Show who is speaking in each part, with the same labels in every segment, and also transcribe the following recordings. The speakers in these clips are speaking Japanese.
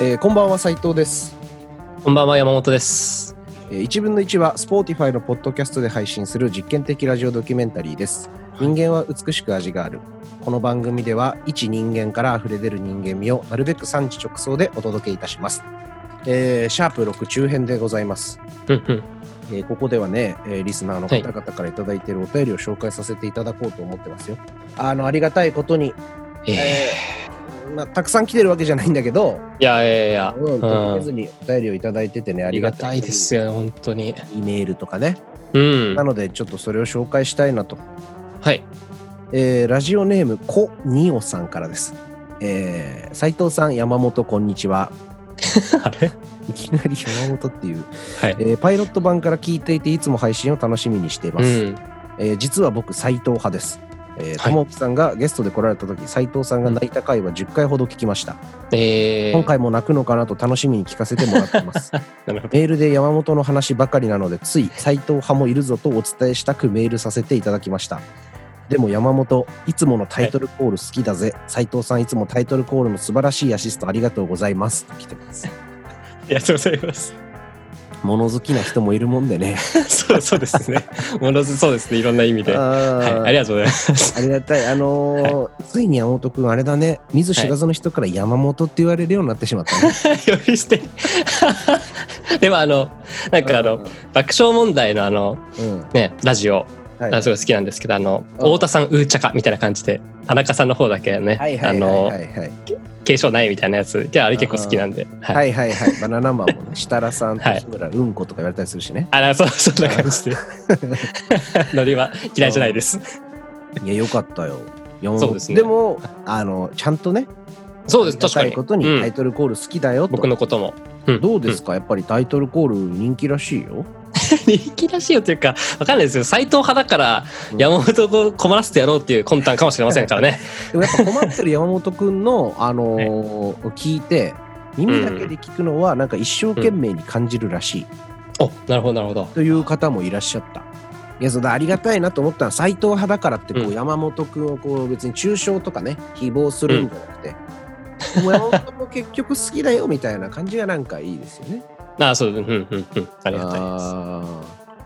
Speaker 1: えーこんばんは斉藤です、
Speaker 2: こんばんは、山本です。
Speaker 1: えー、1分の1は Spotify のポッドキャストで配信する実験的ラジオドキュメンタリーです人間は美しく味があるこの番組では一人間から溢れ出る人間味をなるべく産地直送でお届けいたします、えーシャープ6中編でございます、
Speaker 2: うんうん。
Speaker 1: えーここではね、えーリスナーの方々からいただいているお便りを紹介させていただこうと思ってますよあのありがたいことに、
Speaker 2: え
Speaker 1: えーまあ、たくさん来てるわけじゃないんだけど、
Speaker 2: ー、いやいやいや、
Speaker 1: うん、途
Speaker 2: あ
Speaker 1: 切れずにお便りをいただいててねあ
Speaker 2: あ
Speaker 1: り
Speaker 2: り
Speaker 1: が
Speaker 2: が
Speaker 1: た
Speaker 2: た
Speaker 1: い
Speaker 2: いですよ、本当に。
Speaker 1: イメールとかね、
Speaker 2: うん
Speaker 1: な。のでちょっとそれを紹介したいなと、
Speaker 2: はい。
Speaker 1: えーラジオネームコニオさんからですえー斉藤さん山本こんにちは
Speaker 2: あれ
Speaker 1: いきなり山本っていう、
Speaker 2: はい
Speaker 1: え。ーパイロット版から聞いていていつも配信を楽しみにしていま
Speaker 2: う
Speaker 1: す、
Speaker 2: ん。
Speaker 1: えー実は僕斉藤派ですえー
Speaker 2: はい
Speaker 1: 友樹、さんがゲストで来られた時斉藤さんが泣いた回は10回ほど聞きました、
Speaker 2: えー、
Speaker 1: 今回も泣くのかなと楽しみに聞かせてもらってます
Speaker 2: なるほど。
Speaker 1: メールで山本の話ばかりなのでつい斎藤派もいるぞとお伝えしたくメールさせていただきましたでも山本いつものタイトルコール好きだぜ斎、斉藤さんいつもタイトルコールの素晴らしいアシストありがとうございますと来てます
Speaker 2: ありがとうございます。
Speaker 1: 物好きな人もいるもんでね
Speaker 2: そう、そうで すね。ものずそうですね。いろんな意味
Speaker 1: あ
Speaker 2: で。はい。
Speaker 1: ー、
Speaker 2: ありがとうございます。
Speaker 1: あ りがたいあのーついに山本君あれだね見ず知らずの人から山本って言われるようになってしまったね、
Speaker 2: よりして。でも、あの、 なんかあの、爆笑問題のあの、
Speaker 1: うんは
Speaker 2: ね、ラジオ、
Speaker 1: い
Speaker 2: あすごい好きなんですけど、あの、太田さん、うーちゃかみたいな感じで、田中さんの方だけね、
Speaker 1: はい
Speaker 2: あ
Speaker 1: はいはい
Speaker 2: の
Speaker 1: は、いはい
Speaker 2: 継承ないみたいなやつ。で、あれ結構好きなんで。はい
Speaker 1: はいはいはいバナナマンもね設楽さんと志村うんことか言われたりするしね
Speaker 2: あら、そう、そんな感 じで。ノリは嫌いじゃないです。
Speaker 1: いや、よかったよ。山本
Speaker 2: そうですね
Speaker 1: も、あの、ちゃんとね、
Speaker 2: そうです、確か
Speaker 1: ありがたいこ
Speaker 2: に。
Speaker 1: とに
Speaker 2: うん
Speaker 1: タイトルコール好きだよと。
Speaker 2: 僕のことも。ん
Speaker 1: どうですか、やっぱりタイトルコール人気らしいよ。
Speaker 2: 人気らしいよというか、わかんないですよ。斎藤派だから
Speaker 1: う、ん
Speaker 2: 山本を困らせてやろうっていう魂胆かもしれませんからね。
Speaker 1: でもやっぱ困ってる山本くんの、あのーを聞いて、耳だけで聞くのは、なんか一生懸命に感じるらしい、
Speaker 2: お、なるほど、なるほど。
Speaker 1: という方もいらっしゃった。いやそうだありがたいなと思ったのは斎藤派だからってこう、
Speaker 2: うん
Speaker 1: 山本君をこう別に中傷とかね誹謗するんじゃなくて、でも山本も結局好きだよみたいな感じがなんかいいですよね。
Speaker 2: ああ、そう、うん、うん、うん。うんありがたいで
Speaker 1: あ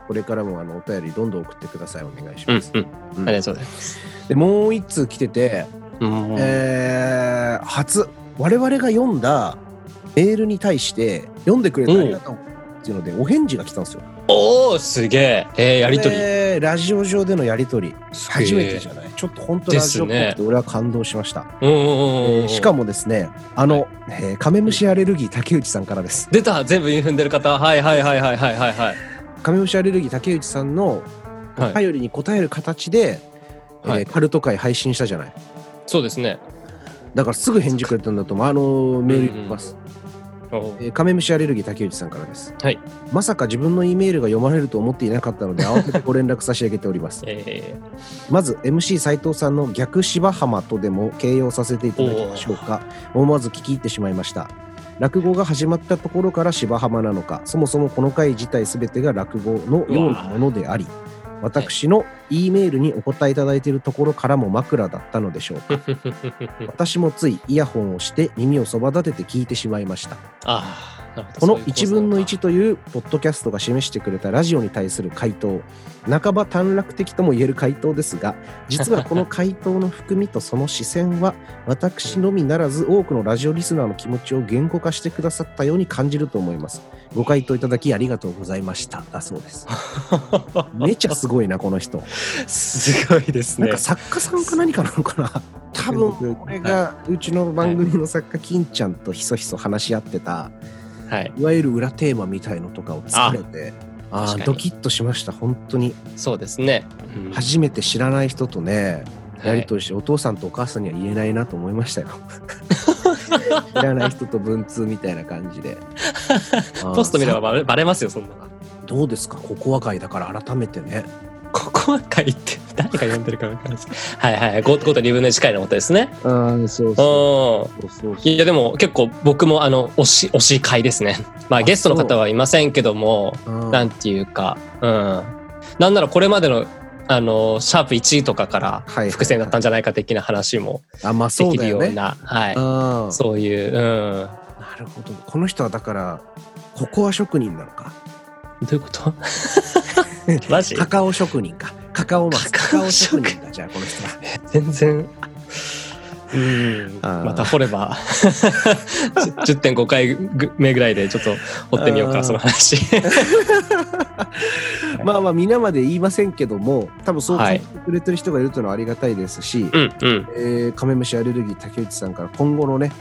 Speaker 1: ーこれからもあのお便りどんどん送ってくださいお願いしますす。。
Speaker 2: うん、うん。
Speaker 1: うん
Speaker 2: ありがとうございます。
Speaker 1: でもう一通来てて、
Speaker 2: うん
Speaker 1: えー初我々が読んだメールに対して読んでくれてありがとうっていうのでお返事が来たんですよ。
Speaker 2: おー、すげえ。えー、やりとり。
Speaker 1: でラジオ上でのやりとり初めてじゃないちょっと本当ラジオっぽ
Speaker 2: で
Speaker 1: く
Speaker 2: す
Speaker 1: て俺は感動しました。
Speaker 2: うんうんうんう
Speaker 1: えー
Speaker 2: ん。
Speaker 1: しか
Speaker 2: も。
Speaker 1: もですねあの、えーカメムシアレルギー竹内さんからです。
Speaker 2: 出た全部踏んでる方。はいはいはいはいはいはいはい。
Speaker 1: カメムシアレルギー竹内さんの
Speaker 2: はい
Speaker 1: 頼りに応える形で、
Speaker 2: は
Speaker 1: えー
Speaker 2: い
Speaker 1: カルト会配信したじゃない。
Speaker 2: そうですね。
Speaker 1: だからすぐ返事くれたんだと思う。あのーメール読みます。
Speaker 2: お
Speaker 1: えーカメムシアレルギー竹内さんからです。
Speaker 2: はい。。
Speaker 1: まさか自分の E メールが読まれると思っていなかったので、慌ててご連絡差し上げております
Speaker 2: え
Speaker 1: まず、MC 斉藤さんの逆芝浜とでも形容させていただきましょうか。思わず聞き入ってしまいました。落語が始まったところから芝浜なのか、そもそもこの回自体すべてが落語のようなものであり、私の E メールにお答えいただいているところからも枕だったのでしょうか。
Speaker 2: ー
Speaker 1: 私もついイヤホンをして耳をそば立てて聞いてしまいました
Speaker 2: ああ、なる
Speaker 1: こ
Speaker 2: ほどそう
Speaker 1: の
Speaker 2: いう構
Speaker 1: 1
Speaker 2: 図
Speaker 1: 分の
Speaker 2: なか
Speaker 1: 1というポッドキャストが示してくれたラジオに対する回答半ば短絡的とも言える回答ですが実はこの回答の含みとその視線は私のみならず多くのラジオリスナーの気持ちを言語化してくださったように感じると思いますご回答いただきありがとうございましただそうです めちゃすごいなこの人
Speaker 2: すごいです
Speaker 1: なん
Speaker 2: ね
Speaker 1: か。作家さんか何かなのかな多分これがうちの番組の作家金ちゃんとひそひそ話し合ってた
Speaker 2: はい、
Speaker 1: いわゆる裏テーマみたいのとかを作れてあ
Speaker 2: 確か
Speaker 1: あ
Speaker 2: に
Speaker 1: ドキッとしました本当に
Speaker 2: そうですね。うん
Speaker 1: 初めて知らない人とねやり
Speaker 2: はい
Speaker 1: とりしてお父さんとお母さんには言えないなと思いま したよ知らない人と文通みたいな感じ であー
Speaker 2: ポスト見ればバレバレますよ、そんなの。
Speaker 1: どうですかここは会だから改めてね
Speaker 2: ここは書いて、誰が読んでるかわかんないです。はいはいはい。5, 5と2分の1回のことですね。
Speaker 1: ああ、そう
Speaker 2: う
Speaker 1: そ
Speaker 2: ん。
Speaker 1: う。そうそう
Speaker 2: いやでも結構僕もあの推し推し会ですね。まあゲストの方はいませんけども、
Speaker 1: うん
Speaker 2: なんていうか、うん。なんならこれまでのあのシャープ1とかから
Speaker 1: はい
Speaker 2: 伏線だったんじゃないか的な話も
Speaker 1: あ、まあ
Speaker 2: で
Speaker 1: そう
Speaker 2: き
Speaker 1: だ
Speaker 2: るよ
Speaker 1: よ
Speaker 2: う
Speaker 1: ね。
Speaker 2: な、はい、
Speaker 1: ああ、
Speaker 2: そういう、うん。
Speaker 1: なるほど。この人はだから、ココア職人なのか。
Speaker 2: どういうこと マジ
Speaker 1: カカオ職人か。カカオマス。カ
Speaker 2: カカ
Speaker 1: カ
Speaker 2: オ
Speaker 1: オ職
Speaker 2: 職人
Speaker 1: 人だ、じゃあこの人は。
Speaker 2: 全然。うん、
Speaker 1: あー
Speaker 2: また掘れば じゅ10.5回ぐ目ぐらいでちょっと掘ってみよう
Speaker 1: あ
Speaker 2: か
Speaker 1: ー
Speaker 2: その話
Speaker 1: まあまあ皆まで言いませんけども多分そう
Speaker 2: は
Speaker 1: 感
Speaker 2: い
Speaker 1: じてくれてる人がいるというのはありがたいですし、
Speaker 2: うんうん
Speaker 1: えーカメムシアレルギー竹内さんから今後のね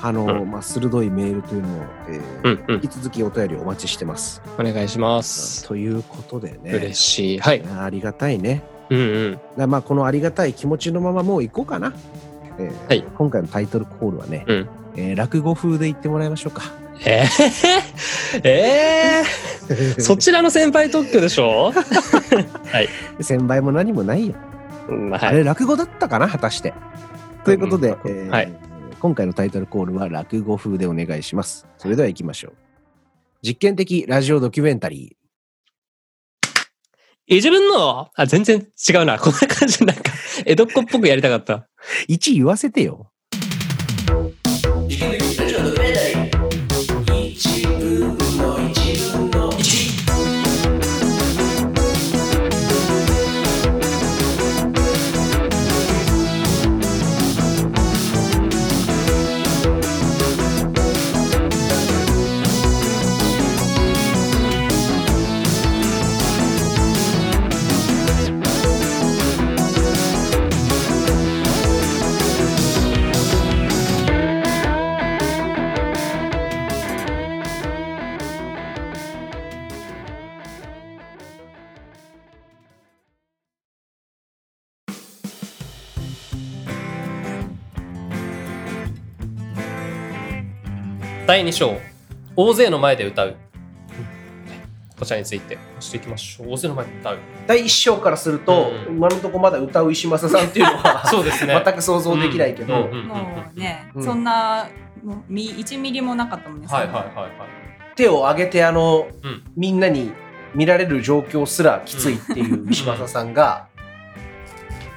Speaker 1: あのー、まあ、鋭いメールというのを、えー
Speaker 2: うんうん
Speaker 1: 引き続きお便りお待ちしてます。
Speaker 2: お願いします。
Speaker 1: ということでね
Speaker 2: 嬉しい。はい。
Speaker 1: ありがたいね。
Speaker 2: うんうん。
Speaker 1: だまあこのありがたい気持ちのままもう行こうかな。えー
Speaker 2: はい
Speaker 1: 今回のタイトルコールはね、
Speaker 2: うん
Speaker 1: えー落語風で言ってもらいま しょうか。
Speaker 2: えー、えー、そちらの先輩特許でしょ
Speaker 1: 先輩も何もないよ。
Speaker 2: うん
Speaker 1: あ
Speaker 2: はい。
Speaker 1: れ落語だったかな果たして。ということで、
Speaker 2: うん
Speaker 1: えー
Speaker 2: はい
Speaker 1: 今回のタイトルコールは落語風でお願いします。それでは行きましょう。実験的ラジオドキュメンタリ
Speaker 2: 自分の、あ、全然違うな。こんな感じ、なんか、江戸っ子っぽくやりたかった。
Speaker 1: ー。1言わせてよ。
Speaker 2: 第2章、大勢の前で歌う。こちらについて、していきましょう。大勢の前で歌う。
Speaker 1: 第1章からすると、
Speaker 2: うん
Speaker 1: 今のところまだ歌う石政さんっていうのは
Speaker 2: そうです ね。
Speaker 1: 全く想像できないけど、
Speaker 2: うんうんうんうん
Speaker 3: もうね、
Speaker 1: うん
Speaker 3: そんなもうみ1ミリもなかったもんね。
Speaker 2: はいはいはいはい。
Speaker 1: 手を挙げてあの、
Speaker 2: うん
Speaker 1: みんなに見られる状況すらきついっていう石政さんが、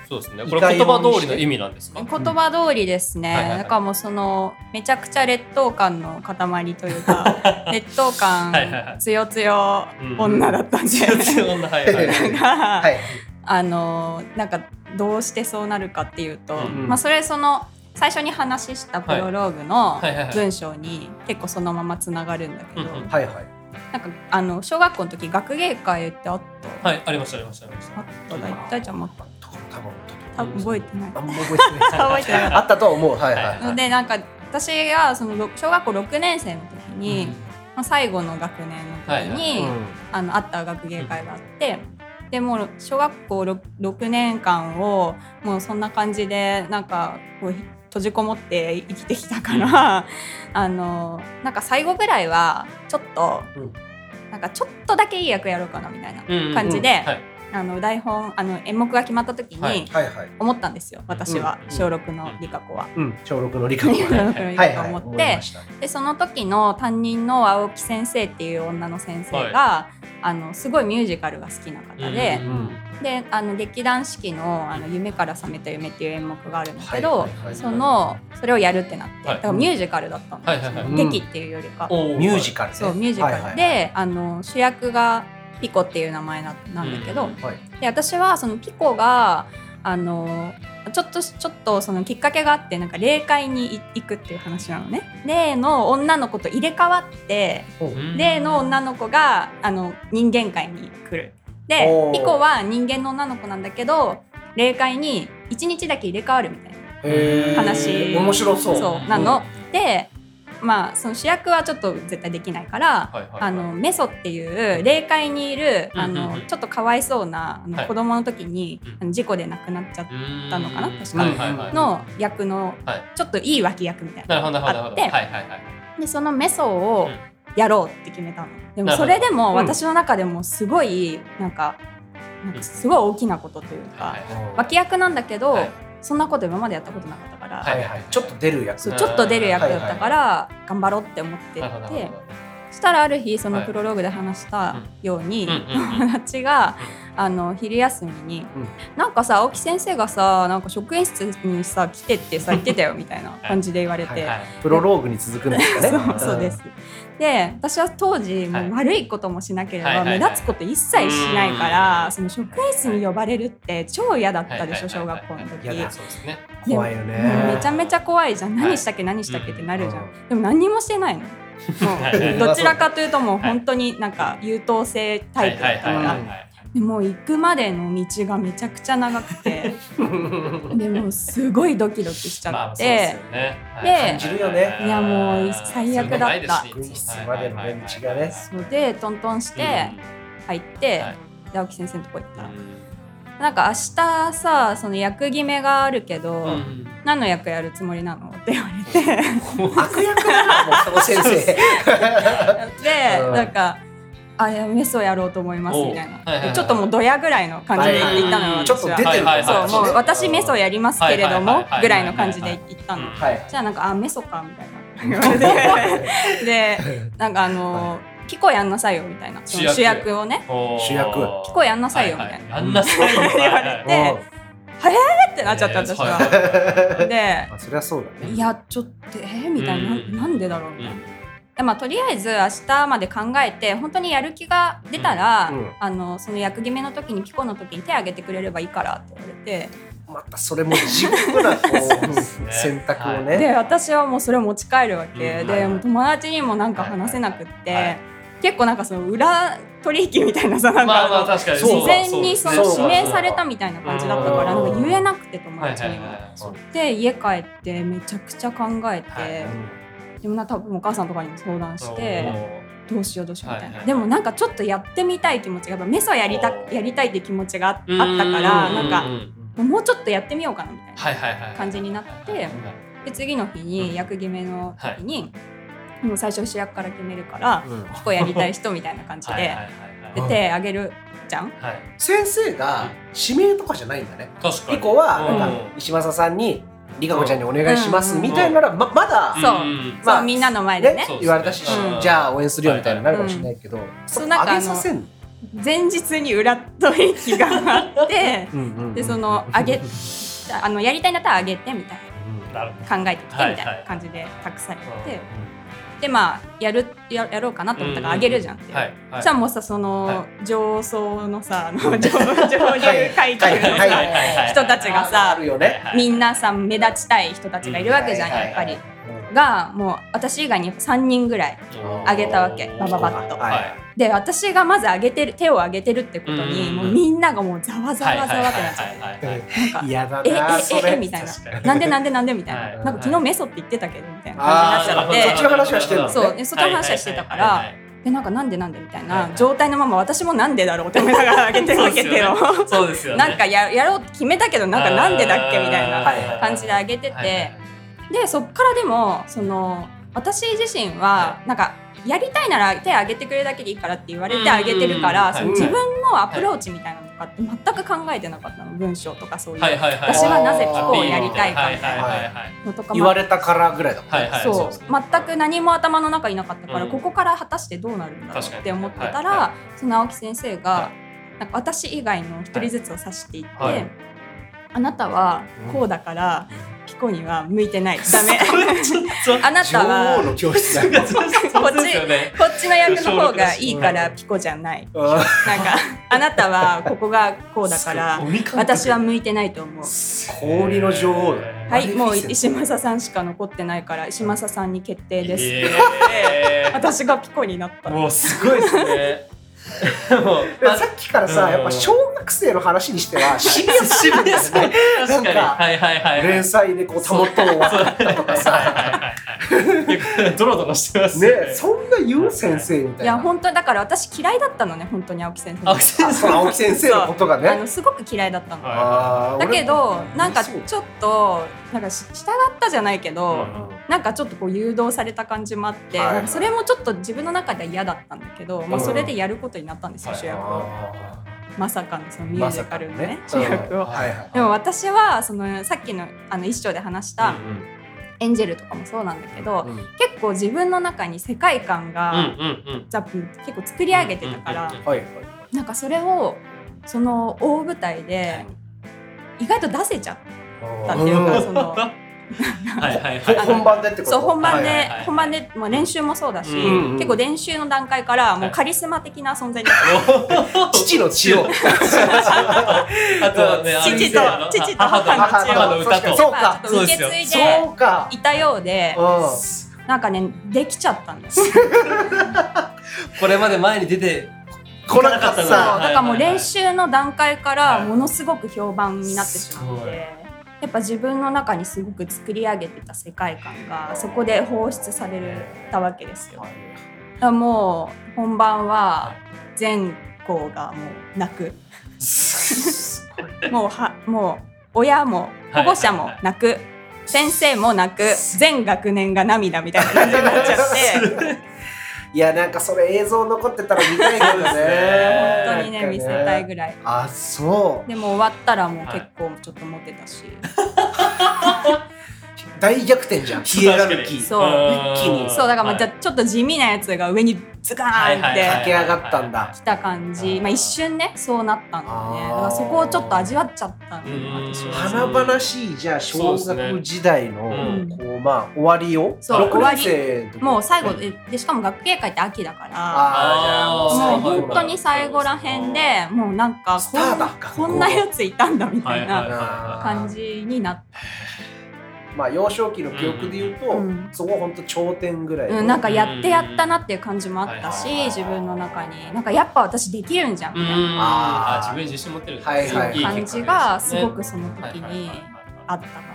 Speaker 2: そうですね。これ言葉通りの意味なんですか
Speaker 3: 言葉通りですね、
Speaker 2: はいはいはい
Speaker 3: だからもうそのめちゃくちゃ劣等感の塊というか劣等
Speaker 2: はいはいは
Speaker 3: 感
Speaker 2: い
Speaker 3: つよつよ
Speaker 2: うん
Speaker 3: 女だったんで、
Speaker 2: 女はいはい。
Speaker 3: が、
Speaker 1: はい
Speaker 3: あのなんかどうしてそうなるかっていうと、
Speaker 2: うん
Speaker 3: まあ、それその最初に話したプロローグ
Speaker 2: は
Speaker 3: の
Speaker 2: いはいはい
Speaker 3: 文章に結構そのままつながるんだけど、
Speaker 2: うんうん
Speaker 1: はいはい
Speaker 3: なんかあの小学校の時学芸会ってあった、
Speaker 2: はい、ありましたありましたありました
Speaker 3: あ。っただ一体じゃん
Speaker 1: 多分
Speaker 3: 多分覚えてない
Speaker 1: あんま覚えてない
Speaker 3: 覚えてない
Speaker 1: あったとは思うはいはい、
Speaker 2: はい
Speaker 3: のでなんか私がそのろ小学校6年生の時に、まあ最後の学年の時に、あのあった学芸会があって、でもう小学校 6, 6年間をもうそんな感じでなんかこう閉じこもって生きてきたから、 あのなんか最後ぐらいはちょっと、
Speaker 1: うん
Speaker 3: なんかちょっとだけいい役やろうかなみたいな、
Speaker 2: うんうん
Speaker 3: 感じで
Speaker 2: はい
Speaker 3: あの台本あの演目が決まった時に、
Speaker 2: はい
Speaker 1: はいはい。
Speaker 3: 思ったんですよ私は、
Speaker 2: うん
Speaker 3: 小6の理香子は。
Speaker 1: うん、小六の理科
Speaker 3: 小
Speaker 1: はね。
Speaker 3: 6の
Speaker 1: は
Speaker 3: 理香
Speaker 1: い
Speaker 3: 子
Speaker 1: は。
Speaker 3: はい思
Speaker 1: 思
Speaker 3: っ
Speaker 1: い
Speaker 3: て、
Speaker 1: ました
Speaker 3: でその時の担任の青木先生っていう女の先生が、あのすごいミュージカルが好きな方で,、
Speaker 2: うんうん
Speaker 3: であの劇団四季の「あの夢から覚めた夢」っていう演目があるんだけ
Speaker 1: は
Speaker 3: ど
Speaker 1: いはいはい
Speaker 3: そのそれをやるってなって、
Speaker 2: はい
Speaker 3: だからミュージカルだったの、
Speaker 2: はいはいはい
Speaker 3: その劇っていうよりか、
Speaker 2: お
Speaker 1: ミュージカルね。
Speaker 3: そうミュージカルで、
Speaker 1: はいはい
Speaker 3: あの主役がピコっていう名前ななんだけど、
Speaker 2: うん
Speaker 1: はい
Speaker 3: で私はそのピコがあのちょっとちょっとそのきっかけがあってなんか霊界にい行くっていう話なのね。霊の女の子と入れ替わって
Speaker 2: ル
Speaker 3: 霊の女の子があの人間界に来る。
Speaker 1: お
Speaker 3: で
Speaker 1: ー
Speaker 3: ピコは人間の女の子なんだけど霊界に1日だけ入れ替わるみたいな。
Speaker 1: へー
Speaker 3: 話
Speaker 1: 面白そう。
Speaker 3: そうなの。でまあその主役はちょっと絶対できないから。
Speaker 2: はいはいはい
Speaker 3: あのメソっていう霊界にいるあ
Speaker 2: うんう
Speaker 3: の
Speaker 2: んうん
Speaker 3: ちょっとかわいそうなあ
Speaker 2: は
Speaker 3: の
Speaker 2: い
Speaker 3: 子供の時に
Speaker 2: うん
Speaker 3: あの事故で亡くなっちゃっ
Speaker 2: った
Speaker 3: のかな確か
Speaker 2: はいはいはい、
Speaker 3: の役の
Speaker 2: はい
Speaker 3: ちょっといい脇役みたい
Speaker 2: なる
Speaker 3: な
Speaker 2: ほど
Speaker 3: の
Speaker 2: なるほどなるほど
Speaker 3: があっ
Speaker 2: はい
Speaker 3: て
Speaker 2: はいはい
Speaker 3: でそのメソをやろうって決めたのでも
Speaker 2: なるほ
Speaker 3: そ
Speaker 2: ど
Speaker 3: れでも
Speaker 1: うん
Speaker 3: 私の中でもすごいなんかなんかすごい大きなことというか
Speaker 2: はい
Speaker 3: 脇役なんだけど、
Speaker 2: はい
Speaker 3: そんなこと今までやったことなかったから、
Speaker 2: はいはい
Speaker 1: ちょっと出るやつ
Speaker 3: そううんちょっと出る役だったから頑張ろうって思ってて、
Speaker 2: なるほどなるほど
Speaker 3: そしたらある日そのプロローグで話したように、
Speaker 2: うんうんうん
Speaker 3: 友達があの昼休みに、
Speaker 1: うん
Speaker 3: なんかさ青木先生がさなんか職員室にさ来てってさ言ってたよみたいな感じで言われて。
Speaker 1: はい
Speaker 2: はい
Speaker 1: プロローグに続くんですかね
Speaker 3: そうそうですで私は当時もう悪いこともしなければ、
Speaker 2: はいはいはいはい
Speaker 3: 目立つこと一切しないから、その職員室に呼ばれるって超嫌だっ
Speaker 2: はい
Speaker 3: たでしょ、
Speaker 2: はいはいはい
Speaker 3: 小学校の時、
Speaker 1: 嫌だ
Speaker 2: そうですね
Speaker 1: 怖いよね
Speaker 3: め ちゃめちゃ怖いじゃん何したっけ、何したっけってなるじゃん、でも何にもしてないのも
Speaker 2: はいはいう
Speaker 3: どちらかというともう本当になんか優等生タイプだったから、
Speaker 1: はいはいはい
Speaker 3: でもう行くまでの道がめちゃくちゃ長く てでもすごいドキドキしちゃって、で
Speaker 1: 感じるよね
Speaker 3: いやもう最悪だった
Speaker 1: 軍室までの道がね
Speaker 3: そうでトントンして入って、
Speaker 2: はい
Speaker 3: で青木先生のとこ行ったら、なんか明日さその役決めがあるけど、何の役やるつもりなのって言われて
Speaker 1: 悪役だなもうその先生
Speaker 3: で、
Speaker 1: うん
Speaker 3: なんか「あいやメスをやろうと思います」みたい
Speaker 2: おう
Speaker 3: な、
Speaker 2: はいはいはい
Speaker 3: ちょっともうドヤぐらいの感じで行ったの
Speaker 2: うん
Speaker 3: よ
Speaker 1: ちょっ
Speaker 3: 私
Speaker 1: と出
Speaker 3: は
Speaker 1: てる
Speaker 2: はいはいはい
Speaker 3: そうもう私メスを
Speaker 1: や
Speaker 3: やりますけれど
Speaker 2: はいはい
Speaker 3: も
Speaker 2: はいはい
Speaker 3: ぐらいの感じで行ったの、
Speaker 2: うん
Speaker 1: はい
Speaker 3: じゃあなんか「あメソか」みたい な言われてでなんかあのーピコやんなさいよ」みたいなその
Speaker 2: 主
Speaker 3: 主
Speaker 2: 役
Speaker 3: 役をね
Speaker 1: 主役
Speaker 3: ピコやんなさいよみたいな、
Speaker 2: あんなさいよみたいな
Speaker 3: で
Speaker 1: うん
Speaker 3: ってなっちゃった私は。で
Speaker 1: まあそりゃそうだね
Speaker 3: いやちょっとえーみたいな、
Speaker 2: うん
Speaker 3: なんでだろうみたいな、でまあ、とりあえず明日まで考えて本当にやる気が出たら、
Speaker 1: うんうん
Speaker 3: あのその役決めの時にピコの時に手挙げてくれればいいからって言われて
Speaker 1: またそれも地獄なこう選択をね
Speaker 3: で私はもうそれを持ち帰るわけ、
Speaker 2: うん
Speaker 3: でもう友達にもなんか話せなくって、
Speaker 2: はいはいはい
Speaker 3: 結構なんかその裏取引みたいなさなんか
Speaker 2: まあまあ確かに
Speaker 3: 事前にその指名されたみたいな感じだった
Speaker 1: そ
Speaker 3: から
Speaker 1: う
Speaker 3: な
Speaker 1: そ
Speaker 3: ん
Speaker 1: う
Speaker 3: か言えなくて友
Speaker 2: はい
Speaker 3: 達
Speaker 2: は
Speaker 3: に
Speaker 2: い
Speaker 3: も。
Speaker 2: はいそう
Speaker 3: で家帰ってめちゃくちゃ考えて、
Speaker 2: はい
Speaker 3: でもな多分お母さんとかにも相談してどうしようどうしようみたい
Speaker 2: は
Speaker 3: な、
Speaker 2: いはい
Speaker 3: でもなんかちょっとやってみたい気持ちがやっぱメソやりた
Speaker 2: おー
Speaker 3: やりたいって気持ちがああったからなんかもうちょっとやってみようかなみたいな、
Speaker 2: はいはいはい
Speaker 3: 感じになってで次の日
Speaker 2: うん
Speaker 3: に役決めの時に、もう最初主役から決めるから
Speaker 1: うん
Speaker 3: ここやりたい人みたいな感じ
Speaker 2: はいはい
Speaker 3: で
Speaker 2: はい
Speaker 3: 出てあげるじゃん
Speaker 2: はいはい
Speaker 1: 先生が指名とかじゃないんだね
Speaker 2: 確か
Speaker 1: 以
Speaker 2: に
Speaker 1: 降はなん
Speaker 2: う
Speaker 1: か
Speaker 2: ん
Speaker 1: 石政さんに「リカ子ちゃんにお願いします」
Speaker 3: うん
Speaker 1: みたいならままだ
Speaker 3: そう
Speaker 2: うん
Speaker 1: まあ
Speaker 3: そうみんなの前で
Speaker 1: ね
Speaker 3: ね
Speaker 2: そうですね
Speaker 1: 言われたし
Speaker 3: うん
Speaker 1: じゃあ応援するよみたいになるかもしれないけど
Speaker 3: そ
Speaker 1: そうう
Speaker 3: なんかあ
Speaker 1: 上
Speaker 3: の
Speaker 1: げさせんの
Speaker 3: 前日に裏取引があ ってでそのあげあのやりたいんだったらあげてみたい
Speaker 2: なるほど
Speaker 3: な考えてきて
Speaker 2: はい
Speaker 3: みたい
Speaker 2: は
Speaker 3: ない感じで託されて、
Speaker 2: うん
Speaker 3: でまあやるややろうかなと思ったからあげるじゃんって。
Speaker 2: はいはい
Speaker 3: じゃあもうさその、
Speaker 2: は
Speaker 3: 上層のさあの 上上流階級の
Speaker 1: はいは
Speaker 3: さ
Speaker 1: い
Speaker 3: 人たちが
Speaker 1: あ
Speaker 3: さ
Speaker 1: るよね
Speaker 3: みんなさ目立ちたい人たちがいるわけじゃん
Speaker 2: うんはい
Speaker 3: やっぱり。
Speaker 1: うん
Speaker 3: がもう私以外に3人ぐらいあげたわけバババッと
Speaker 2: はいはい
Speaker 3: で私がまず上げてる手を上げてるってこと
Speaker 2: う
Speaker 3: に
Speaker 2: ん
Speaker 3: もうみんながもうざわざわざわってなっちゃ
Speaker 2: はいはいはい
Speaker 1: て
Speaker 2: は
Speaker 1: ないっ嫌だ
Speaker 2: はい
Speaker 3: なんかええ
Speaker 1: なそ
Speaker 3: ええ
Speaker 1: れ
Speaker 3: みたいな
Speaker 2: 確かに
Speaker 3: なんでなんでなんでみたいな、
Speaker 2: はい
Speaker 3: なんか昨日メソって言ってたけどみたいな
Speaker 1: あ
Speaker 3: 感
Speaker 1: ー
Speaker 3: じになっちゃっ
Speaker 1: なるほどそっ
Speaker 3: て
Speaker 1: ちの話はしてるのね
Speaker 3: そうえそっちの話はしてたからでなんかなんでなんでみたいな状態のまま私もなんでだろうって思いながら上げてるわけ手を、
Speaker 2: そうですよね
Speaker 3: なんかややろうって決めたけどなんかなんでだっけみたい
Speaker 1: は
Speaker 3: ない
Speaker 1: はい
Speaker 3: 感じで上げてて、でそっからでもその私自身はなんかやりたいなら手挙げてくれるだけでいいからって言われてあげてるか
Speaker 2: うん
Speaker 3: らそ
Speaker 1: はい
Speaker 3: の自分のアプローチみたいなのとかって全く考えてなかったの文章とかそういう
Speaker 2: はいはいはい
Speaker 3: 私はなぜピ
Speaker 1: こ
Speaker 3: コをやりたいかみたいな
Speaker 2: はいはいはい
Speaker 3: のとか
Speaker 1: 言われたからぐらいだもん
Speaker 2: はいはい
Speaker 3: そう
Speaker 2: そうですね
Speaker 3: 全く何も頭の中になかったから、
Speaker 2: うん
Speaker 3: ここから果たしてどうなるんだろ
Speaker 2: 確か
Speaker 3: う
Speaker 2: に
Speaker 3: って思ってたら、
Speaker 2: はいは
Speaker 3: その青木先生が、
Speaker 2: は
Speaker 3: なんか私以外の一人ずつを指していって、
Speaker 2: はいはい
Speaker 3: あなたはこうだから、ピコには向いてないダメ あなた
Speaker 1: 女王
Speaker 3: は
Speaker 1: の教室だよ
Speaker 2: そうですよね
Speaker 3: こっちの役の方がいいからピコじゃないなんかあなたはここがこうだから私は向いてないと思う
Speaker 1: 氷の女王だよ
Speaker 2: は
Speaker 3: はいもう
Speaker 1: マレフィセント
Speaker 3: 石政さんしか残ってないから石政さんに決定です、
Speaker 2: え ー
Speaker 3: 私がピコになった
Speaker 2: もうすごいですね もう
Speaker 1: でもさっきから
Speaker 2: う
Speaker 1: さ
Speaker 2: ん
Speaker 1: やっぱ小学生の話にしてはシビアス
Speaker 2: シビアスね確かに
Speaker 1: なんか
Speaker 2: はいはいはいはい
Speaker 1: 連載でこうたもとを分かったとかさ
Speaker 2: はいドロドロしてます
Speaker 1: ねそんな言う先生みた
Speaker 3: い
Speaker 1: いな
Speaker 3: や本当だから私嫌いだったのね本当に青木先生
Speaker 2: 青木先
Speaker 1: あその青木先生のことが
Speaker 3: あ
Speaker 1: ね
Speaker 3: のすごく嫌いだったの、
Speaker 2: はい
Speaker 1: あー
Speaker 3: だけど
Speaker 1: 俺
Speaker 3: なんか
Speaker 1: そう
Speaker 3: ちょっとなんかし従ったじゃないけど、
Speaker 2: うん
Speaker 3: なんかちょっとこう誘導された感じもあって、
Speaker 1: はいはい
Speaker 3: なんかそれもちょっと自分の中では嫌だったんだけど、まあ、それでやることになったんですよ、
Speaker 2: はい
Speaker 3: 主役を。
Speaker 1: あ
Speaker 3: まさかのそのミュージカルのね,、
Speaker 2: まさ
Speaker 3: 主
Speaker 2: かのね
Speaker 3: 役を、
Speaker 2: うん
Speaker 1: はいはい
Speaker 3: でも私はそのさっきのあの一章で話した「エンジェル」とかもそうなんだけど、
Speaker 2: うんうん
Speaker 3: 結構自分の中に世界観が、
Speaker 2: うんうん
Speaker 3: ザップ結構作り上げてたから、
Speaker 2: うんうんうん
Speaker 1: はいはい
Speaker 3: なんかそれをその大舞台で意外と出せちゃったっていうか、
Speaker 1: うん
Speaker 3: そ の。
Speaker 2: はいはいは
Speaker 1: ほ
Speaker 2: い。
Speaker 1: 本番でってこと
Speaker 3: そう本番で、
Speaker 2: はいはいはい
Speaker 3: 本番で、まあ、練習もそうだし、
Speaker 2: うん
Speaker 1: うん
Speaker 3: 結構練習の段階からもうカリスマ的な存在に、た
Speaker 1: 父の血を
Speaker 2: あとはね、あの
Speaker 3: 父と
Speaker 2: あの
Speaker 3: 父と
Speaker 2: 母と
Speaker 3: 母
Speaker 2: 母の歌
Speaker 1: 母
Speaker 2: と。
Speaker 1: のそう
Speaker 3: まあ
Speaker 1: か
Speaker 3: ちょっと受け
Speaker 2: そうで
Speaker 3: 継いで
Speaker 1: そうか
Speaker 3: いたようで
Speaker 1: う
Speaker 3: なんかねできちゃったんですよ
Speaker 2: これまで前に出て
Speaker 1: ん来なかっ
Speaker 2: 来なかった
Speaker 1: た
Speaker 3: だ
Speaker 2: な
Speaker 1: な
Speaker 3: からもう練習の段階か
Speaker 2: は
Speaker 3: ら
Speaker 2: い
Speaker 3: ものすごく評判になってしまっ
Speaker 2: すごい
Speaker 3: てやっぱ自分の中にすごく作り上げてた世界観がそこで放出されたわけですよだからもう本番は全校がもう泣くもうはもう親も保護者も泣く、先生も泣く全学年が涙みたいな感じになっちゃって
Speaker 1: いやなんかそれ映像残ってたら見たいけどね
Speaker 3: 本当にね見せたいぐらい
Speaker 1: あそう
Speaker 3: でも終わったらもう結構ちょっとモテたし、
Speaker 1: 大逆転じゃんヒエラルキー
Speaker 3: そう
Speaker 1: 一気に
Speaker 3: そうだからまあじゃあ
Speaker 2: て
Speaker 3: ちょっと地味なやつが上にズカーンっ
Speaker 2: はいはい
Speaker 1: 駆
Speaker 2: は
Speaker 3: て
Speaker 2: い
Speaker 1: け上がったんだ
Speaker 3: 来た感じ、
Speaker 2: うん
Speaker 3: まあ、一瞬ねそうなったんだよね
Speaker 1: あー
Speaker 3: だからそこをちょっと味わっちゃったの
Speaker 2: うん
Speaker 3: 私は。
Speaker 1: 華々しいじゃあ小学時代
Speaker 2: そう
Speaker 3: で
Speaker 1: の
Speaker 3: すね
Speaker 1: こうまあ終わりを
Speaker 3: そう
Speaker 1: 六年生の時
Speaker 3: もう最後ででしかも学芸会って秋だから
Speaker 1: あーじゃ
Speaker 3: も
Speaker 1: あ
Speaker 3: う
Speaker 1: もう最後
Speaker 3: 本当に最後らへんでもうなんか
Speaker 1: ス
Speaker 3: こ
Speaker 1: ターだ
Speaker 3: ん
Speaker 1: 学校
Speaker 3: こんなやついたんだみたい
Speaker 2: はいはい
Speaker 3: な
Speaker 1: あー
Speaker 3: 感じになって、
Speaker 1: まあ幼少期の記憶で言うと、
Speaker 3: うん
Speaker 1: そこ本当頂点ぐらいの、
Speaker 3: うん、なんかやってやったなっていう感じもあったし
Speaker 2: はいはい
Speaker 3: 自分の中になんかやっぱ私できるんじゃんみたいな
Speaker 2: ああ自分に自信持ってる
Speaker 3: 感じがすごくその時にあったかな。だか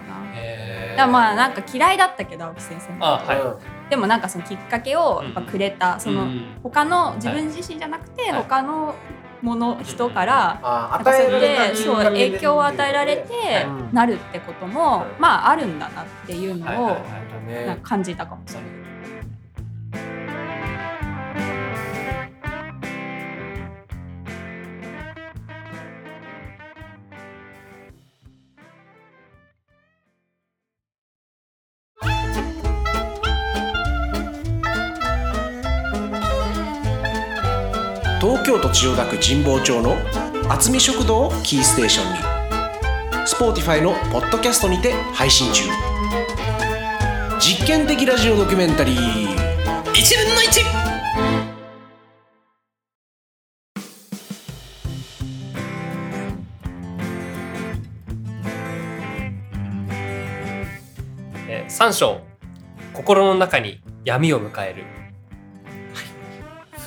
Speaker 3: ら
Speaker 2: だ
Speaker 3: まあなんか嫌いだったけど青木先生も
Speaker 2: あはい
Speaker 3: でもなんかそのきっかけをやっぱくれた、その他の自分自身じゃなくて
Speaker 2: はい
Speaker 3: 他のもの、人から
Speaker 1: あー
Speaker 3: なんか
Speaker 1: 与
Speaker 3: そ
Speaker 1: えら
Speaker 3: れ
Speaker 1: れた
Speaker 3: で
Speaker 1: きっ
Speaker 3: そう
Speaker 1: かけで
Speaker 3: 影響を与えられて
Speaker 1: うん
Speaker 3: なるってことも、
Speaker 1: はい
Speaker 3: まああるんだなっていうのを、
Speaker 1: ね
Speaker 3: なんか感じたかもしれない。
Speaker 4: 東京都千代田区神保町の厚み食堂をキーステーションに Spotify のポッドキャストにて配信中実験的ラジオドキュメンタリー一分の一
Speaker 2: えー三章心の中に闇を迎える、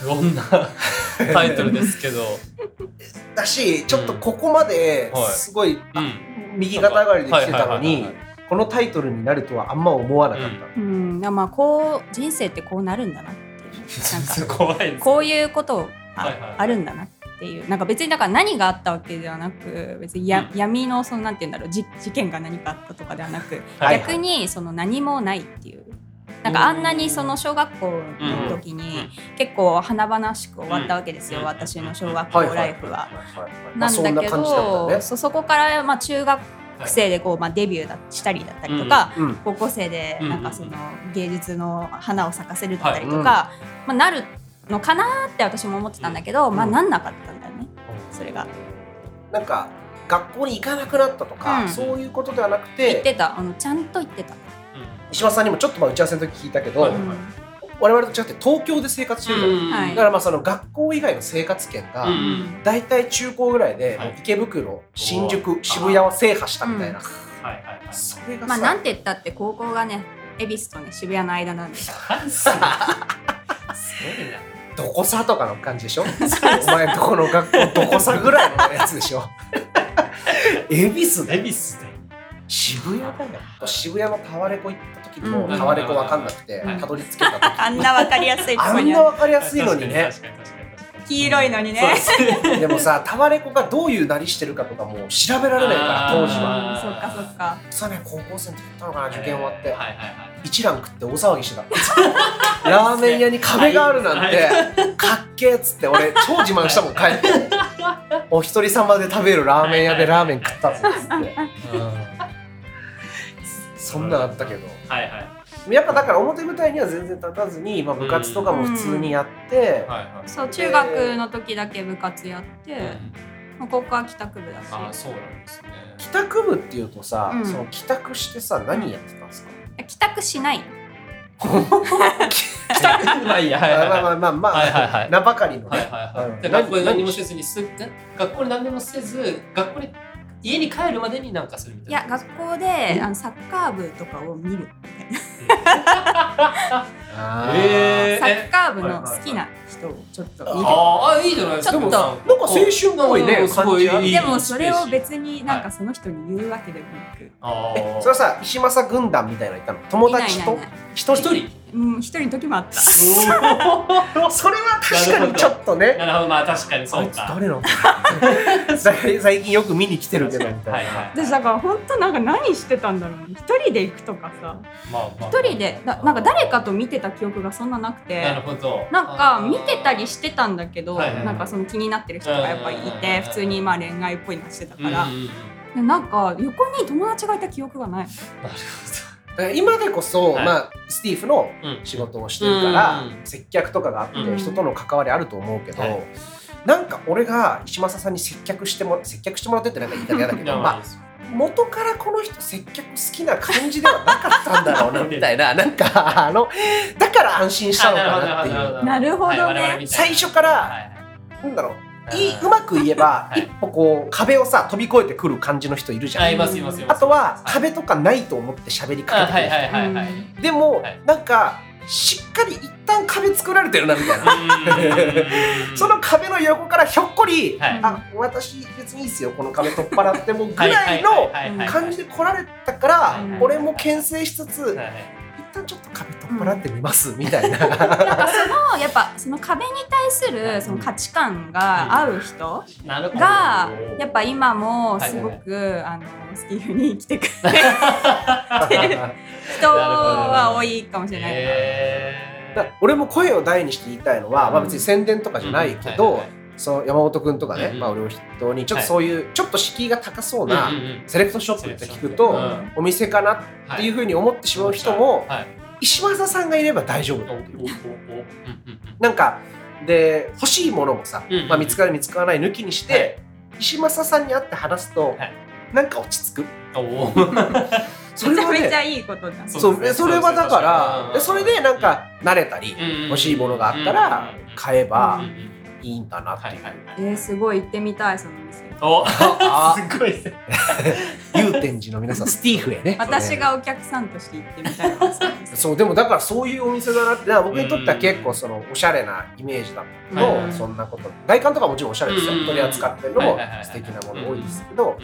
Speaker 2: 不穏な タイトルですけど、
Speaker 1: だしちょっとここまで
Speaker 2: うん
Speaker 1: すごい、
Speaker 2: う
Speaker 1: あ
Speaker 2: ん、
Speaker 1: 右肩上がりで来てたの
Speaker 2: はいはい
Speaker 1: に
Speaker 2: はいはい
Speaker 1: このタイトルになるとはあんま思わなかった、
Speaker 3: うん、まあこう人生ってこうなるんだなっていうなんか
Speaker 2: 怖いです
Speaker 3: こういうことあ,、
Speaker 2: はいはい
Speaker 3: あるんだなっていうなんか別にだから何があったわけではなく別にや、
Speaker 2: う
Speaker 3: 闇のそのなんて言うんだろうじ事件が何かあったとかではなく、
Speaker 2: はいはい
Speaker 3: 逆にその何もないっていうなんかあんなにその小学校の時
Speaker 2: うん
Speaker 3: に結構華々しく終わったわけです
Speaker 2: う
Speaker 3: よ、
Speaker 2: ん
Speaker 3: 私の小学校
Speaker 1: はいはい
Speaker 3: ライフは。
Speaker 1: はいはいはいま
Speaker 3: な
Speaker 1: あ
Speaker 3: ん
Speaker 1: そん
Speaker 3: だ
Speaker 1: な
Speaker 3: け
Speaker 1: 感じだった
Speaker 3: ど、
Speaker 1: ね
Speaker 3: そそこからまあ中学生でこう、まあ、デビューだしたりだったりとか、
Speaker 1: うん
Speaker 3: 高校生で
Speaker 2: うん
Speaker 3: なんかその芸術の花を咲かせるだったりと
Speaker 1: はいうん
Speaker 3: か、まあ、なるのかなって私も思ってたんだけど、まあ
Speaker 1: うん
Speaker 3: なんなかったんだよねそれが
Speaker 1: なんか学校に行かなくなったとか、
Speaker 3: うん
Speaker 1: そういうことではなく
Speaker 3: 言
Speaker 1: て
Speaker 3: ってたあのちゃんと言ってた、
Speaker 1: 石橋さんにもちょっとまあ打ち合わせの時聞いたけど、
Speaker 2: はい
Speaker 3: うん
Speaker 1: 我々と違って東京で生活してるじゃない
Speaker 3: はい
Speaker 1: だからまあその学校以外の生活圏が、
Speaker 2: うん
Speaker 1: 大体中高ぐらいで
Speaker 2: はい
Speaker 1: 池袋、新宿、渋谷を制覇したみたいな、
Speaker 2: はいはいはい
Speaker 1: それが
Speaker 3: まあ
Speaker 1: さ、
Speaker 3: なんて言ったって高校がね恵比寿とね渋谷の間なんです
Speaker 2: すごいな
Speaker 1: どこさとかの感じ でしょお前んとこの学校どこさぐらいのやつでしょ 恵比寿
Speaker 2: 恵
Speaker 1: で
Speaker 2: 比寿で
Speaker 1: 渋谷だよ渋谷のタワレコ行った時にも
Speaker 2: うん
Speaker 1: タワレコわかんなくて
Speaker 2: うん
Speaker 1: たどり着けた時
Speaker 3: あんなわかりやすいと
Speaker 1: あ
Speaker 3: こ
Speaker 1: ん
Speaker 3: に
Speaker 1: な
Speaker 3: ある
Speaker 1: わかりやすいのにね
Speaker 2: 確かに確かに確かに
Speaker 3: 黄色いのにね
Speaker 1: でもさタワレコがどういうなりしてるかとかもう調べられないから当時は
Speaker 2: あー
Speaker 3: そっかそっか
Speaker 1: さね高校生の時だったのかな受験終わって、
Speaker 2: はいはいはい
Speaker 1: 一蘭食って大騒ぎしてた ラーメン屋に壁があるなんて、かっけえっつって俺超自慢したもん帰ってお一人様で食べるラーメン屋でラーメン食ったぞっつってそんなんあったけど
Speaker 2: はいはい
Speaker 1: やっぱだから表舞台には全然立たずに、まあ、部活とかも普通にやって、
Speaker 2: はいは
Speaker 3: そう中学の時だけ部活やって、もう高校は帰宅部だし
Speaker 2: ああそうなんですね
Speaker 1: 帰宅部っていうとさ、
Speaker 3: うん
Speaker 1: その帰宅してさ何やってたんですか
Speaker 3: 帰宅しない
Speaker 2: 帰宅まあいいやはいは
Speaker 1: ま
Speaker 2: い
Speaker 1: あま
Speaker 2: は
Speaker 1: あまあまあ、
Speaker 2: はいはいはい
Speaker 1: 名ばかりの
Speaker 2: いは
Speaker 1: ね、
Speaker 2: いはいは
Speaker 1: うん
Speaker 2: いで学校で何もせずにすね学校で何でもせず学校に家に帰るまでになんかするみた
Speaker 3: い
Speaker 2: いな
Speaker 3: や学校であのサッカー部とかを見る
Speaker 1: あー
Speaker 2: えー
Speaker 3: サッカー部の
Speaker 2: はいはいはい
Speaker 3: 好きな人をちょっと見る
Speaker 2: あーあいいじゃないですか
Speaker 3: ちょっと
Speaker 2: でもさ
Speaker 1: なんか青春っぽいね
Speaker 2: うんすごい
Speaker 1: 感じ
Speaker 2: いい
Speaker 3: でもそれを
Speaker 2: イメージ
Speaker 3: 別になんかその人に言うわけでもなく、
Speaker 2: あ
Speaker 1: え
Speaker 2: ー
Speaker 1: それはさ石政軍団みたいなのいたの友達
Speaker 3: い
Speaker 1: と
Speaker 3: ないいない
Speaker 1: 一
Speaker 2: 一
Speaker 1: 人
Speaker 2: 人
Speaker 3: うん、一人の時もあった
Speaker 1: それは確かにちょっとね
Speaker 2: なるほどまあ確かに
Speaker 1: あ
Speaker 2: そう
Speaker 1: いつ
Speaker 2: か
Speaker 1: 誰なの最 最近よく見に来てるけどみた
Speaker 2: はい
Speaker 1: いな、
Speaker 2: はい
Speaker 3: 私だから本当なんか何してたんだろうね一人で行くとかさ
Speaker 2: まあまあ
Speaker 3: 一人でななんか誰かと見てた記憶がそんななくて
Speaker 2: なるほど
Speaker 3: なんか見てたりしてたんだけど、
Speaker 2: はいはいはい
Speaker 3: なんかその気になってる人がやっぱりい
Speaker 2: うんうんうんう
Speaker 3: て
Speaker 2: ん
Speaker 3: 普通にまあ恋愛っぽいのしてた
Speaker 2: う
Speaker 3: か
Speaker 2: んうんうん
Speaker 3: ら
Speaker 2: な、る
Speaker 3: でなんか横に友達がいた記憶がない
Speaker 2: ほど
Speaker 1: だから今でこそ、
Speaker 2: はい
Speaker 1: まあ、スティーフの
Speaker 2: うん
Speaker 1: 仕事をしてるから、
Speaker 2: うん
Speaker 1: 接客とかがあって、
Speaker 3: うん
Speaker 1: 人との関わりあると思うけど、
Speaker 2: はい
Speaker 1: なんか俺が石政さんに接客しても接客してもらってってなんか言い方嫌だけ
Speaker 2: い
Speaker 1: ど、
Speaker 2: や
Speaker 1: ま
Speaker 2: ま
Speaker 1: あ、
Speaker 2: あ
Speaker 1: 元からこの人接客好きな感じではなかったんだろうなみたいななんかあのだから安心したのかなってい
Speaker 2: あ
Speaker 1: う
Speaker 3: なるほどね
Speaker 2: はい我々みたい
Speaker 1: 最
Speaker 2: な
Speaker 1: 初から、
Speaker 2: はい
Speaker 1: なんだろう
Speaker 2: はい
Speaker 1: いいうまく言えば、
Speaker 2: はい
Speaker 1: 一歩こう壁をさ飛び越えてくる感じの人いるじゃん。
Speaker 2: あいますいますいま
Speaker 1: あ
Speaker 2: す
Speaker 1: とは
Speaker 2: はい
Speaker 1: 壁とかないと思って喋りか
Speaker 2: あ
Speaker 1: けてくる
Speaker 2: はい
Speaker 1: 人
Speaker 2: はいはいはい
Speaker 3: うん
Speaker 1: でも、
Speaker 2: はい
Speaker 1: なんかしっかり一旦壁作られてるなみたいな、
Speaker 2: うん
Speaker 1: その壁の横からひょっこり、
Speaker 2: はい
Speaker 1: あ私別にいいっすよこの壁取っ払ってもぐ
Speaker 2: はい
Speaker 1: ら
Speaker 2: はいい
Speaker 1: の
Speaker 2: はいはいはい
Speaker 1: 感じで来られたか
Speaker 2: は
Speaker 1: ら
Speaker 2: い
Speaker 3: はい
Speaker 1: 俺も牽制しつつ
Speaker 2: はいはい
Speaker 1: 一旦ちょっと壁取っ払ってみますみたいな
Speaker 3: なんかそのやっぱその壁に対するその価値観が合う人
Speaker 2: なるほど
Speaker 3: がやっぱ今もすごくあのスティーフに来てくれる人は多いかもしれない。
Speaker 2: へ
Speaker 1: だ 俺も声を大にして言いたいのは、まあ、別に宣伝とか
Speaker 2: ー
Speaker 1: じゃないけ
Speaker 2: うん
Speaker 1: ど
Speaker 2: はい
Speaker 1: その山本君とかね、
Speaker 2: うん
Speaker 1: まあ、俺を筆頭にちょっ
Speaker 2: は
Speaker 1: と
Speaker 2: い
Speaker 1: そういうちょっと敷居が高そう
Speaker 2: はいはいうん
Speaker 1: な
Speaker 2: うんうん
Speaker 1: セレクトショップって聞く
Speaker 2: う
Speaker 1: と、
Speaker 2: ん
Speaker 1: お店かなっ
Speaker 2: は
Speaker 1: ていうふうに思ってしまう人も、
Speaker 2: はい
Speaker 1: 石技さんがいれば大丈夫
Speaker 2: おお
Speaker 1: だ
Speaker 2: おお
Speaker 1: っていう。
Speaker 2: うんうんうん
Speaker 1: なんかで欲しいものもさ、
Speaker 2: うん
Speaker 1: まあ、見つかる見つからない抜きにして、石政さんに会って話すと、
Speaker 2: はい
Speaker 1: なんか落ち着く
Speaker 2: おー
Speaker 1: それは
Speaker 3: めちゃめち
Speaker 1: ね
Speaker 3: ゃいいことだ。
Speaker 1: そう
Speaker 2: そうですね
Speaker 1: それはだか
Speaker 2: そう
Speaker 1: ら
Speaker 2: で
Speaker 1: ですそ
Speaker 2: ね
Speaker 1: れでなんか慣れたり、
Speaker 2: うん
Speaker 1: 欲しいものがあったら
Speaker 2: うん
Speaker 1: 買えば
Speaker 2: うんうん
Speaker 1: いいんだなって
Speaker 2: はいいうはいはい
Speaker 3: えー、すごい行ってみたいその店。
Speaker 2: お
Speaker 1: あ
Speaker 2: すごいですね
Speaker 1: 祐天寺の皆さん、スティーフへね。
Speaker 3: 私がお客さんとして行ってみたいな。
Speaker 1: そう、でもだからそういうお店だなって、だから僕にとっては結構そのおしゃれなイメージだった
Speaker 2: はい
Speaker 1: の、
Speaker 2: はい
Speaker 1: そんなこと。外観とかもちろんおしゃれですよ
Speaker 2: うん。
Speaker 1: 取り扱ってるのも
Speaker 2: はいはいはい
Speaker 1: 素敵なもの多いですけど
Speaker 2: うんうん、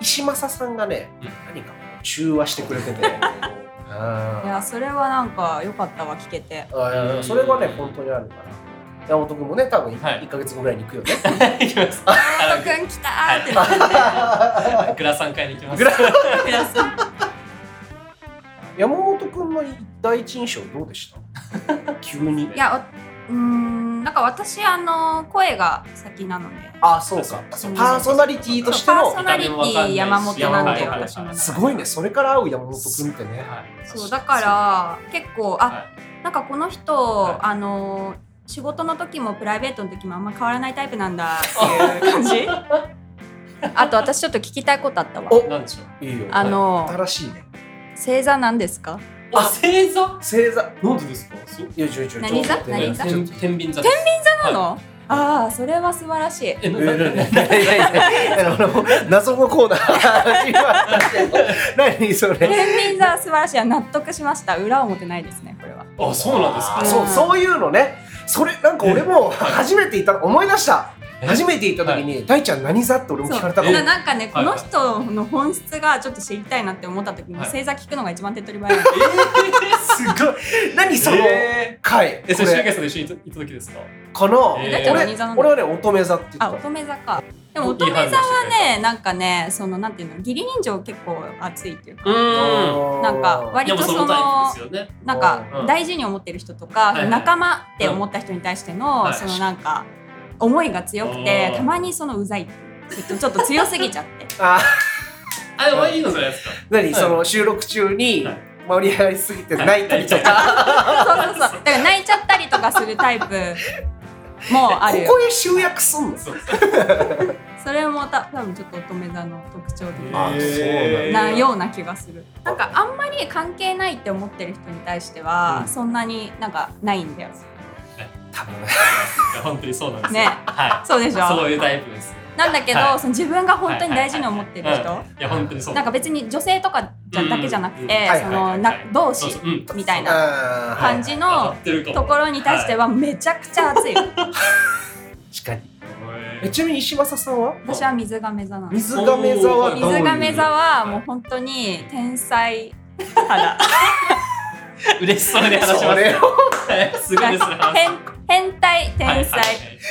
Speaker 1: 石政さんがね
Speaker 2: うん、
Speaker 1: 何か中和してく れてて。あー
Speaker 3: いやそれはなんか良かったわ聞けて。
Speaker 1: あーそれはね、本当にあるから。山本君もね、多分
Speaker 2: はい
Speaker 1: 1ヶ月後ぐらいに行くよ ね。
Speaker 2: 行きます
Speaker 3: あくん来たーってなって
Speaker 2: あグラサン買いに行きます
Speaker 1: グラ
Speaker 3: ください。
Speaker 1: 山本君の第一印象どうで した急に
Speaker 3: い。やおうーんなんか私あの声が先なので。
Speaker 1: あ、そうか。
Speaker 3: そう
Speaker 1: パーソナリティとして
Speaker 3: パ
Speaker 1: の
Speaker 3: ーソナリティ山本なんで
Speaker 2: はいはいはい
Speaker 3: 私も
Speaker 1: すごいね、それから会う山本君ってね。
Speaker 2: はい
Speaker 3: そうだから結構あ、
Speaker 2: は
Speaker 3: なんかこの人、
Speaker 2: はい
Speaker 3: あの仕事の時もプライベートの時もあんま変わらないタイプなんだっていう感じあと私ちょっと聞きたいことあったわ
Speaker 1: お
Speaker 2: なんでしょう
Speaker 1: いいよ。
Speaker 3: あの
Speaker 1: 新しいね。
Speaker 3: 星座なんですか
Speaker 2: あ星座
Speaker 1: 星座。
Speaker 2: なんでですかそう
Speaker 1: いや、ちょいちょいちょい
Speaker 3: 何座
Speaker 1: ちょっと
Speaker 3: 何座
Speaker 1: ちょ
Speaker 2: 天
Speaker 1: っと
Speaker 2: 天秤座
Speaker 3: なの、ああそれは素晴らしい
Speaker 2: え
Speaker 1: え
Speaker 2: な
Speaker 1: 何
Speaker 2: な
Speaker 1: 何何何何何謎のコーナー始 まったけど何それ
Speaker 3: 天秤座は素晴らしい納得しました裏表ないですねこれは
Speaker 2: あそうなんです
Speaker 1: あ
Speaker 2: か
Speaker 1: そうそういうのねそれなんか俺も初めて行った思い出した
Speaker 2: え
Speaker 1: 初めて行った時に大ちゃん何座って俺も
Speaker 3: そう
Speaker 1: 聞かれ
Speaker 3: た
Speaker 1: たかも
Speaker 3: だなんかね、
Speaker 2: はい
Speaker 3: この人の本質がちょっと知りたいなって思った時に、
Speaker 2: はい
Speaker 3: 星座聞くのが一番手っ取り早い
Speaker 2: えー
Speaker 1: すごい何その
Speaker 2: え
Speaker 1: 回
Speaker 2: ーえ
Speaker 1: こ
Speaker 2: それシュウケ
Speaker 1: れ
Speaker 2: イさんと一緒に行った時ですか
Speaker 1: この
Speaker 2: え
Speaker 1: 俺
Speaker 2: 大ちゃん
Speaker 3: 何座なの
Speaker 1: 俺はね乙女座って言
Speaker 3: あ
Speaker 1: った
Speaker 3: 乙女座かでも乙
Speaker 2: いい
Speaker 3: 女座
Speaker 2: 反応してくれた
Speaker 3: ねなんかねそのなんていうの義理人情結構熱いっていうか、
Speaker 2: う
Speaker 3: なんか割
Speaker 2: でも
Speaker 3: と
Speaker 2: そ
Speaker 3: そ
Speaker 2: の
Speaker 3: の
Speaker 2: タイプですよね
Speaker 3: なんか
Speaker 2: うん
Speaker 3: 大事に思ってる人と
Speaker 2: い
Speaker 3: か、
Speaker 2: はい
Speaker 3: 仲間って思った人に対しての、
Speaker 2: はい
Speaker 3: そのなんか思いが強く
Speaker 2: う
Speaker 3: て
Speaker 2: ん
Speaker 3: たまにそのうざいっていうちょっとちょっと強すぎちゃって
Speaker 1: あ
Speaker 2: あ、でもいいのじゃないですか。
Speaker 1: 何、
Speaker 2: い
Speaker 1: その収録中に
Speaker 2: はい
Speaker 1: 盛り上がりすぎて泣いたりとか、
Speaker 3: そうそうそうだから泣いちゃったりとかするタイプもある
Speaker 1: こ
Speaker 3: よ
Speaker 1: こへ集約すんの
Speaker 2: そう
Speaker 3: それもた多分ちょっと乙女座の特徴的
Speaker 1: あそう
Speaker 3: なような気がするなんかあんまり関係ないって思ってる人に対しては、
Speaker 1: うん
Speaker 3: そんなになんかないんだよ
Speaker 1: 多分
Speaker 2: 本当にそうなんですよ。
Speaker 3: ね
Speaker 2: は
Speaker 3: そうで
Speaker 2: い。
Speaker 3: し
Speaker 2: そ
Speaker 3: ょ
Speaker 2: ういうタイプです。
Speaker 3: なんだけど、
Speaker 2: はい
Speaker 3: その自分が本当に大事に思ってる人、
Speaker 2: うんいや、本当にそう。
Speaker 3: なんか別に女性とかじゃだけじゃなく
Speaker 2: うんうん
Speaker 3: て
Speaker 1: はい
Speaker 3: そ
Speaker 2: はいはい
Speaker 3: のな同
Speaker 2: そうそ
Speaker 3: 士
Speaker 2: ううん
Speaker 3: みたいな
Speaker 1: あー
Speaker 3: 感じの
Speaker 2: はい当たってるかも
Speaker 3: ところに対してはめちゃくちゃ熱いよ
Speaker 1: 確かに
Speaker 2: はい
Speaker 1: えちなみに石政さんは
Speaker 3: 私は水亀座なの
Speaker 1: 水亀座はどういう
Speaker 3: 水亀座はもう
Speaker 2: はい
Speaker 3: 本当に天才肌
Speaker 2: 嬉しそうに話し
Speaker 1: そ
Speaker 2: ます
Speaker 1: れ
Speaker 2: ね。
Speaker 1: を
Speaker 2: はいすごいですね。話
Speaker 3: 変変態天
Speaker 2: はいは
Speaker 3: 才、
Speaker 2: い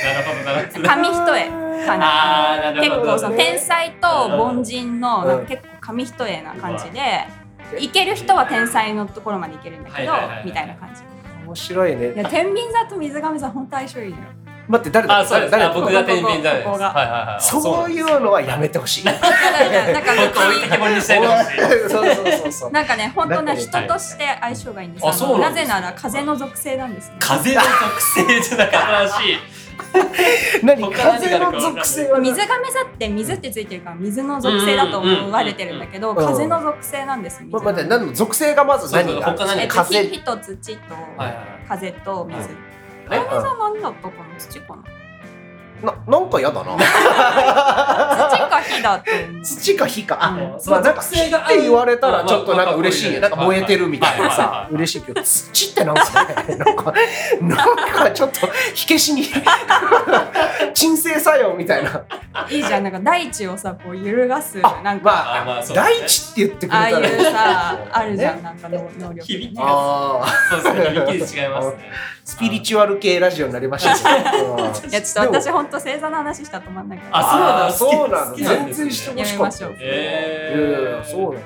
Speaker 2: なるほど、なるほど。
Speaker 3: 紙一重かな
Speaker 2: あーな
Speaker 3: 結
Speaker 2: るほど
Speaker 3: 構その天才と凡人の
Speaker 1: うん
Speaker 3: なんか結構紙一重な感じで、いける人は天才のところまでいけるんだけど、
Speaker 2: はいはいはいはい
Speaker 3: みたいな感じ
Speaker 1: 面白い
Speaker 3: いや
Speaker 1: ね
Speaker 3: 天秤座と水亀座本当相性いいのよ
Speaker 1: 待って誰だ
Speaker 2: あ、そうです。
Speaker 1: 誰
Speaker 2: あ
Speaker 1: だ
Speaker 2: 僕が天秤座です。
Speaker 3: ここここが
Speaker 2: はいはいはい。
Speaker 1: そういうのはやめてほしいそう
Speaker 3: だからだから
Speaker 2: 本当置いてけぼりにしないでほしい。
Speaker 1: そうそうそう
Speaker 3: なんかね本当ね
Speaker 1: だ
Speaker 3: 人
Speaker 2: から
Speaker 3: として相性がいいんです
Speaker 2: あ
Speaker 3: あの
Speaker 2: そうなん
Speaker 3: な
Speaker 2: で
Speaker 3: ぜ
Speaker 2: す
Speaker 3: なら風の属性なんですね
Speaker 2: 風の特性じゃなかったらしい。
Speaker 1: 何
Speaker 2: 他何が
Speaker 1: 風
Speaker 2: あるか
Speaker 1: の
Speaker 2: わかんない
Speaker 1: 属性は
Speaker 3: 水亀座って水ってついてるから水の属性だと思われてるんだけど
Speaker 1: うんうんうん
Speaker 3: 風の属性なんです水
Speaker 1: ま
Speaker 3: は
Speaker 1: 待って何の属性がまず何がある
Speaker 2: そうそう他何
Speaker 3: えっと
Speaker 1: 風
Speaker 3: 火と土と
Speaker 2: はいはいはい。
Speaker 3: 風と
Speaker 2: は
Speaker 3: 水
Speaker 2: い
Speaker 3: 亀座何だったかな土かな
Speaker 1: ななんかやだな
Speaker 3: 土か火だと思う
Speaker 1: 土か火かあ
Speaker 2: うん
Speaker 1: まあなんか火って言われたらちょっとなんか嬉しいねな
Speaker 2: ま
Speaker 1: ん
Speaker 2: あ
Speaker 1: か
Speaker 2: まあ
Speaker 1: 燃えてるみたいな
Speaker 2: はいはい
Speaker 1: さ
Speaker 2: はい
Speaker 1: 嬉しいけど土ってなんかね なんかなんかちょっと火消しに 鎮静作用みたいない
Speaker 3: いじゃんなんか大地をさこう揺るがす
Speaker 1: あ
Speaker 3: なんか
Speaker 2: あま
Speaker 1: ま
Speaker 2: あ
Speaker 1: あ
Speaker 2: そうだね
Speaker 1: 大地って言ってくれ
Speaker 3: ああ
Speaker 1: たら
Speaker 3: いうさ
Speaker 1: ね
Speaker 3: あるじゃんなんかの能力
Speaker 2: 響き
Speaker 3: ね
Speaker 1: あー
Speaker 2: そうですね。響きで違いますね。
Speaker 1: スピリチュアル系ラジオになりましたけどうん
Speaker 3: いやちょっと私本当星座の話したら止まんないから
Speaker 2: あ
Speaker 1: あ
Speaker 2: そうな
Speaker 1: そうなの
Speaker 2: んだ好き好きなん
Speaker 1: 全
Speaker 2: です
Speaker 1: 然
Speaker 2: ね
Speaker 1: してほしかった
Speaker 3: やめましょう
Speaker 2: え
Speaker 1: え
Speaker 2: ー
Speaker 1: そうなの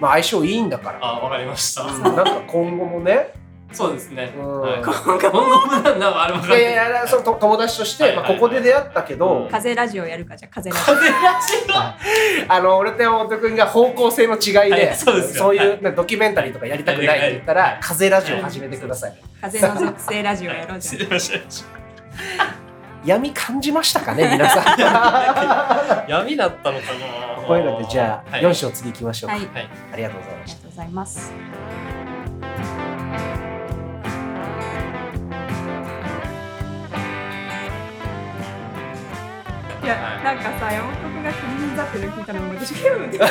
Speaker 1: まあ相性いいんだから
Speaker 2: あ、わかりました。
Speaker 1: うんなんか今後もね
Speaker 2: そうですね。
Speaker 1: うん
Speaker 2: はい今後もなんだあれわかん
Speaker 1: い
Speaker 2: ない。
Speaker 1: やいやその友達として、
Speaker 2: はい
Speaker 1: まあ、ここで出会ったけど、
Speaker 2: うん
Speaker 3: 風ラジオやるかじゃあ風ラジオ
Speaker 2: 風らしいわ
Speaker 1: あの俺と山本君が方向性の違いで、
Speaker 2: はいそうですよ
Speaker 1: いう、ねドキュメンタリーとかやりたくないって言ったら、
Speaker 2: はい
Speaker 1: 風ラジオ始めてください、
Speaker 3: 風の属性ラジオやろうじ
Speaker 2: 失
Speaker 3: ゃん。
Speaker 2: 礼しまし
Speaker 1: 闇感じましたか ね皆さん
Speaker 2: た闇だったのかな
Speaker 1: こういうのでじゃあ、
Speaker 2: はい
Speaker 1: 4章次行きましょうか、
Speaker 3: はい、あ
Speaker 2: はい
Speaker 1: ありがとうございま
Speaker 3: り
Speaker 1: し
Speaker 3: がとうございます。いや、なんかさ、山本君が天秤座っていうの聞いたのも私気分で。
Speaker 1: た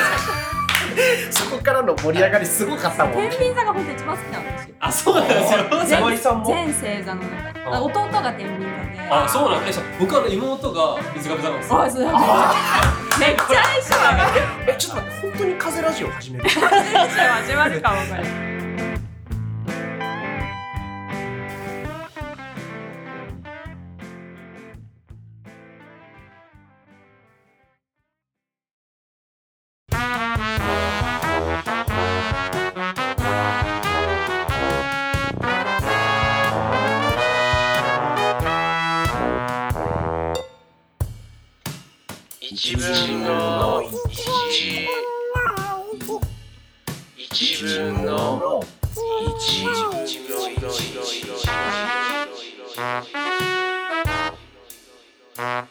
Speaker 1: そこからの盛り上がりすごかったもん
Speaker 3: 天秤座が本当一番好きなんですよ。
Speaker 2: あ、そうなんです よ
Speaker 1: あ小森さんも
Speaker 3: 全星座の中で。あ弟が天秤座で。
Speaker 2: あ、そうなんです僕は妹が水上さんなんですよ
Speaker 3: あ、そうだめっちゃ相性悪い。
Speaker 1: えちょっと待って本当に風ラジオ始める
Speaker 3: 始まるかもこ れ。
Speaker 5: 一分の一一分の一一分の一